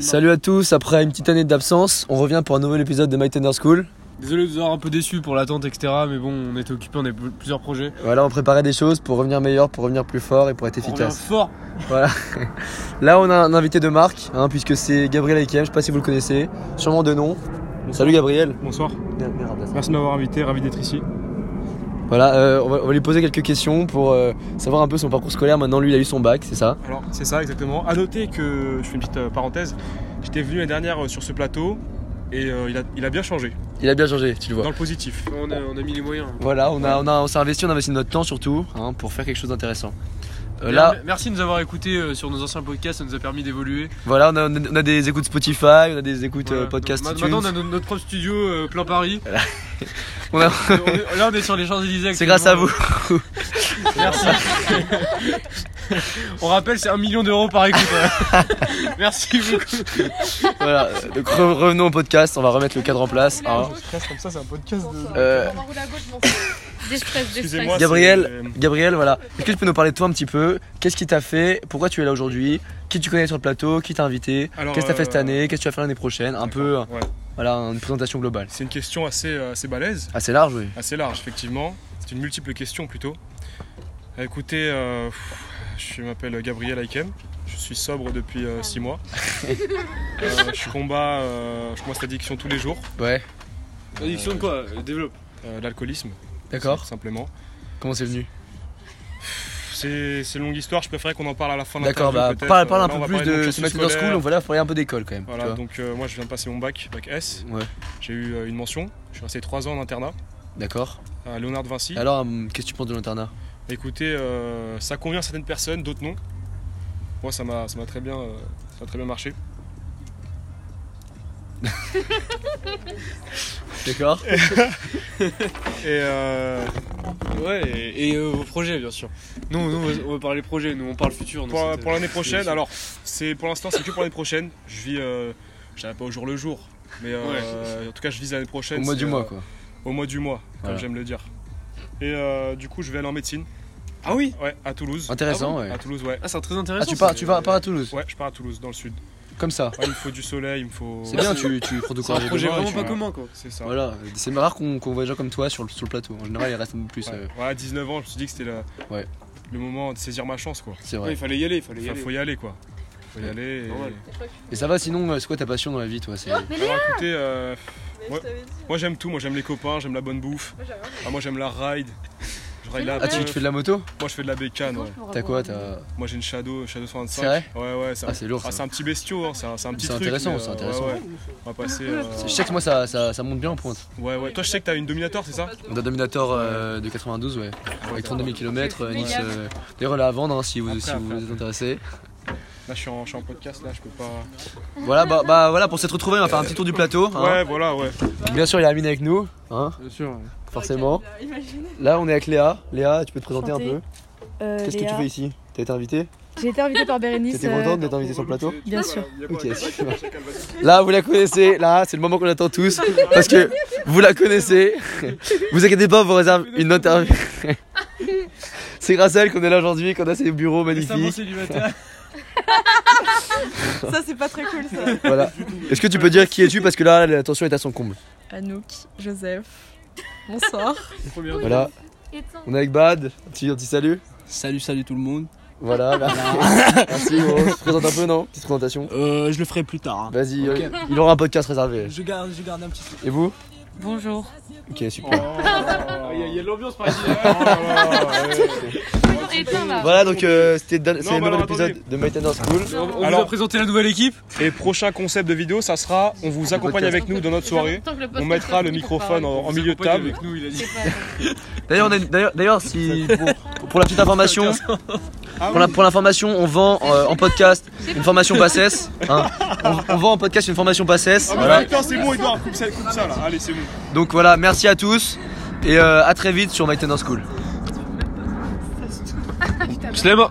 Salut à tous, après une petite année d'absence, on revient pour un nouvel épisode de My Thunder School. Désolé de vous avoir un peu déçu pour l'attente, etc. Mais bon, on était occupés, on avait plusieurs projets. Voilà, on préparait des choses pour revenir meilleur, pour revenir plus fort et pour être On revient efficace. fort. Voilà. Là, on a un invité de marque, hein, puisque c'est Gabriel Aikem, je sais pas si vous le connaissez, sûrement de nom. Salut Gabriel. Bonsoir, merci de m'avoir invité, ravi d'être ici. Voilà, euh, on, va, on va lui poser quelques questions pour euh, savoir un peu son parcours scolaire. Maintenant, lui, il a eu son bac, c'est ça Alors c'est ça exactement. À noter que je fais une petite euh, parenthèse, j'étais venu l'année dernière euh, sur ce plateau et euh, il, a, il a bien changé, Il a bien changé, tu le vois. dans le positif. On a, on a mis les moyens. Voilà, on, a, on, a, on s'est investi, on a investi notre temps surtout hein, pour faire quelque chose d'intéressant. Euh, là, Mer- Merci de nous avoir écoutés euh, sur nos anciens podcasts, ça nous a permis d'évoluer. voilà, on a, on a des écoutes Spotify, on a des écoutes Voilà. euh, podcast Donc, ma- iTunes. Maintenant, on a no- notre propre studio euh, plein Paris. On a- On est- là, on est sur les Champs-Élysées. C'est grâce à vous. actuellement. Merci. on rappelle, c'est un million d'euros par écoute. Merci beaucoup. voilà, euh, donc re- revenons au podcast, on va remettre le cadre en place. hein. Podcast comme ça, c'est un podcast Euh, Destress, Excusez-moi. destress. Gabriel, Gabriel, voilà. Est-ce que tu peux nous parler de toi un petit peu Qu'est-ce qui t'a fait Pourquoi tu es là aujourd'hui Qui tu connais sur le plateau Qui t'a invité Alors, Qu'est-ce que t'as fait euh, cette année Qu'est-ce que tu vas faire l'année prochaine Un peu, euh, Ouais. voilà, une présentation globale. C'est une question assez, euh, assez balèze, Assez large, oui. assez large effectivement. C'est une multiple question plutôt. Euh, Écoutez, euh, pff, je m'appelle Gabriel Aikem, je suis sobre depuis 6 mois. Euh, je combat, euh, je combat cette addiction tous les jours, Ouais, Addiction de quoi Développe. euh, l'alcoolisme. d'accord. Simplement. Comment c'est venu C'est c'est une longue histoire, je préférais qu'on en parle à la fin de D'accord, bah l'interview, peut-être. parle, parle Euh, un là, on peu va plus parler de mon ce cursus Mac Leader scolaire. School, on va là, faut parler un peu d'école quand même. tu Voilà, vois. donc euh, moi je viens de passer mon bac, bac S. Ouais. J'ai eu euh, une mention, je suis resté 3 ans en internat D'accord. à Léonard de Vinci. Alors, hum, qu'est-ce que tu penses de l'internat Écoutez, euh, ça convient à certaines personnes, d'autres non. Moi ça m'a ça m'a très, bien, euh, ça a très bien marché. D'accord. Euh, Et euh, Ouais, et, et, euh, vos projets, bien sûr. Nous, nous, on va- on va parler projet, nous, on parle futur. donc pour, c'était- pour l'année prochaine, c'est- alors c'est pour l'instant c'est que pour l'année prochaine, je vis, euh, je dirais pas au jour le jour, mais euh, en tout cas je vise l'année Au prochaine. mois c'est, du euh, mois, quoi. au mois du mois, comme Voilà. j'aime le dire. Et euh, du coup, je vais aller en médecine. Ah oui Ouais, à Toulouse. Intéressant, ouais. À Toulouse, ouais. Ah, c'est très intéressant. Ah, tu pars, ça. tu vas, pars à Toulouse Ouais, je pars à Toulouse, dans le sud. Comme ça. Ouais, il me faut du soleil, il me faut. C'est bien, tu, tu prends du C'est un courage. projet loin, vraiment tu pas vois. commun, quoi. C'est ça. Ouais. Voilà, c'est rare qu'on qu'on voit des gens comme toi sur le, sur le plateau. En général, il reste un peu plus. Ouais. euh, à 19 ans, je me suis dit que c'était la- Ouais. le moment de saisir ma chance, quoi. c'est Ouais, vrai. il fallait y aller, il fallait y Enfin, aller. faut y aller, quoi. Faut y Ouais. aller. et- Normal. Et ça va sinon, euh, c'est quoi ta passion dans la vie, toi c'est- Alors écoutez, euh, moi, moi, j'aime tout. Moi j'aime les copains, j'aime la bonne bouffe. Ah, moi j'aime la ride. Je ride la Ah, tu, meuf. tu fais de la moto Moi je fais de la bécane, ouais. T'as quoi t'as- Moi j'ai une Shadow, Shadow 125. C'est vrai Ouais, ouais, c'est Ah, c'est lourd. ah, ça. c'est un petit bestiau, hein, c'est un, c'est un petit C'est truc. intéressant, mais, c'est euh, intéressant. ouais, ouais. On va passer. euh, Je sais que moi, ça, ça, ça monte bien en pointe. Ouais, ouais. Toi, je sais que t'as une Dominator, c'est ça On a Dominator euh, de 92, ouais. Ah, Avec 32 000 km, Ouais. Nice. euh, D'ailleurs, elle est à vendre hein, si vous, Après, si vous après. êtes intéressé. Là, je suis, en, je suis en podcast, là, je peux pas. Voilà, bah, bah, voilà, pour s'être retrouvés, on va faire un petit tour du plateau. hein. Ouais, voilà, ouais. Bien sûr, il y a Amine avec nous, hein, Bien sûr. forcément. Là, on est avec Léa. Léa, tu peux te présenter un Enchantée. peu Euh, Qu'est-ce que tu fais ici T'as été invitée J'ai été invitée par Bérénice. T'étais euh, contente d'être invitée sur le plateau Bien sûr. Ok, super. Là, vous la connaissez, là, c'est le moment qu'on attend tous, parce que vous la connaissez. Vous inquiétez pas, on vous réserve une interview. C'est grâce à elle qu'on est là aujourd'hui, qu'on a ces bureaux magnifiques. du matin. Ça, c'est pas très cool, ça. Voilà. Est-ce que tu peux dire qui es-tu Parce que là, la tension est à son comble. Anouk, Joseph. Bonsoir. Première Voilà. On est avec Bad. Un petit, un petit salut. Salut, salut tout le monde. Voilà. Merci. Merci, gros. Tu te présentes un peu, non Petite présentation. Euh, je le ferai plus tard. hein. Vas-y, euh, il aura un podcast réservé. Je garde, je garde un petit Et vous Bonjour. Ok, super. Il y a- il y a de l'ambiance par ici. Éteins, là. Voilà, donc euh, c'était le dernier- c'est Non, le bah nouvel alors, attendez. épisode de My Tender School. On, on vous Alors- a présenté la nouvelle équipe. Et prochain concept de vidéo, ça sera on vous accompagne avec nous dans notre soirée. Tant que le poste On mettra est le fini pour microphone parler. en, en milieu de table. Avec nous, il a dit. C'est pas- D'ailleurs, on a- d'ailleurs- d'ailleurs, si pour, pour la petite information, pour la- pour l'information, on vend euh, en podcast une formation Passes. hein. on, on vend en podcast une formation Passes. Voilà. Attends, Ah, c'est bon, Edouard, coupe ça, coupe ça là. Allez, c'est bon. Donc voilà, merci à tous et euh, à très vite sur My Tender School. Je l'aime.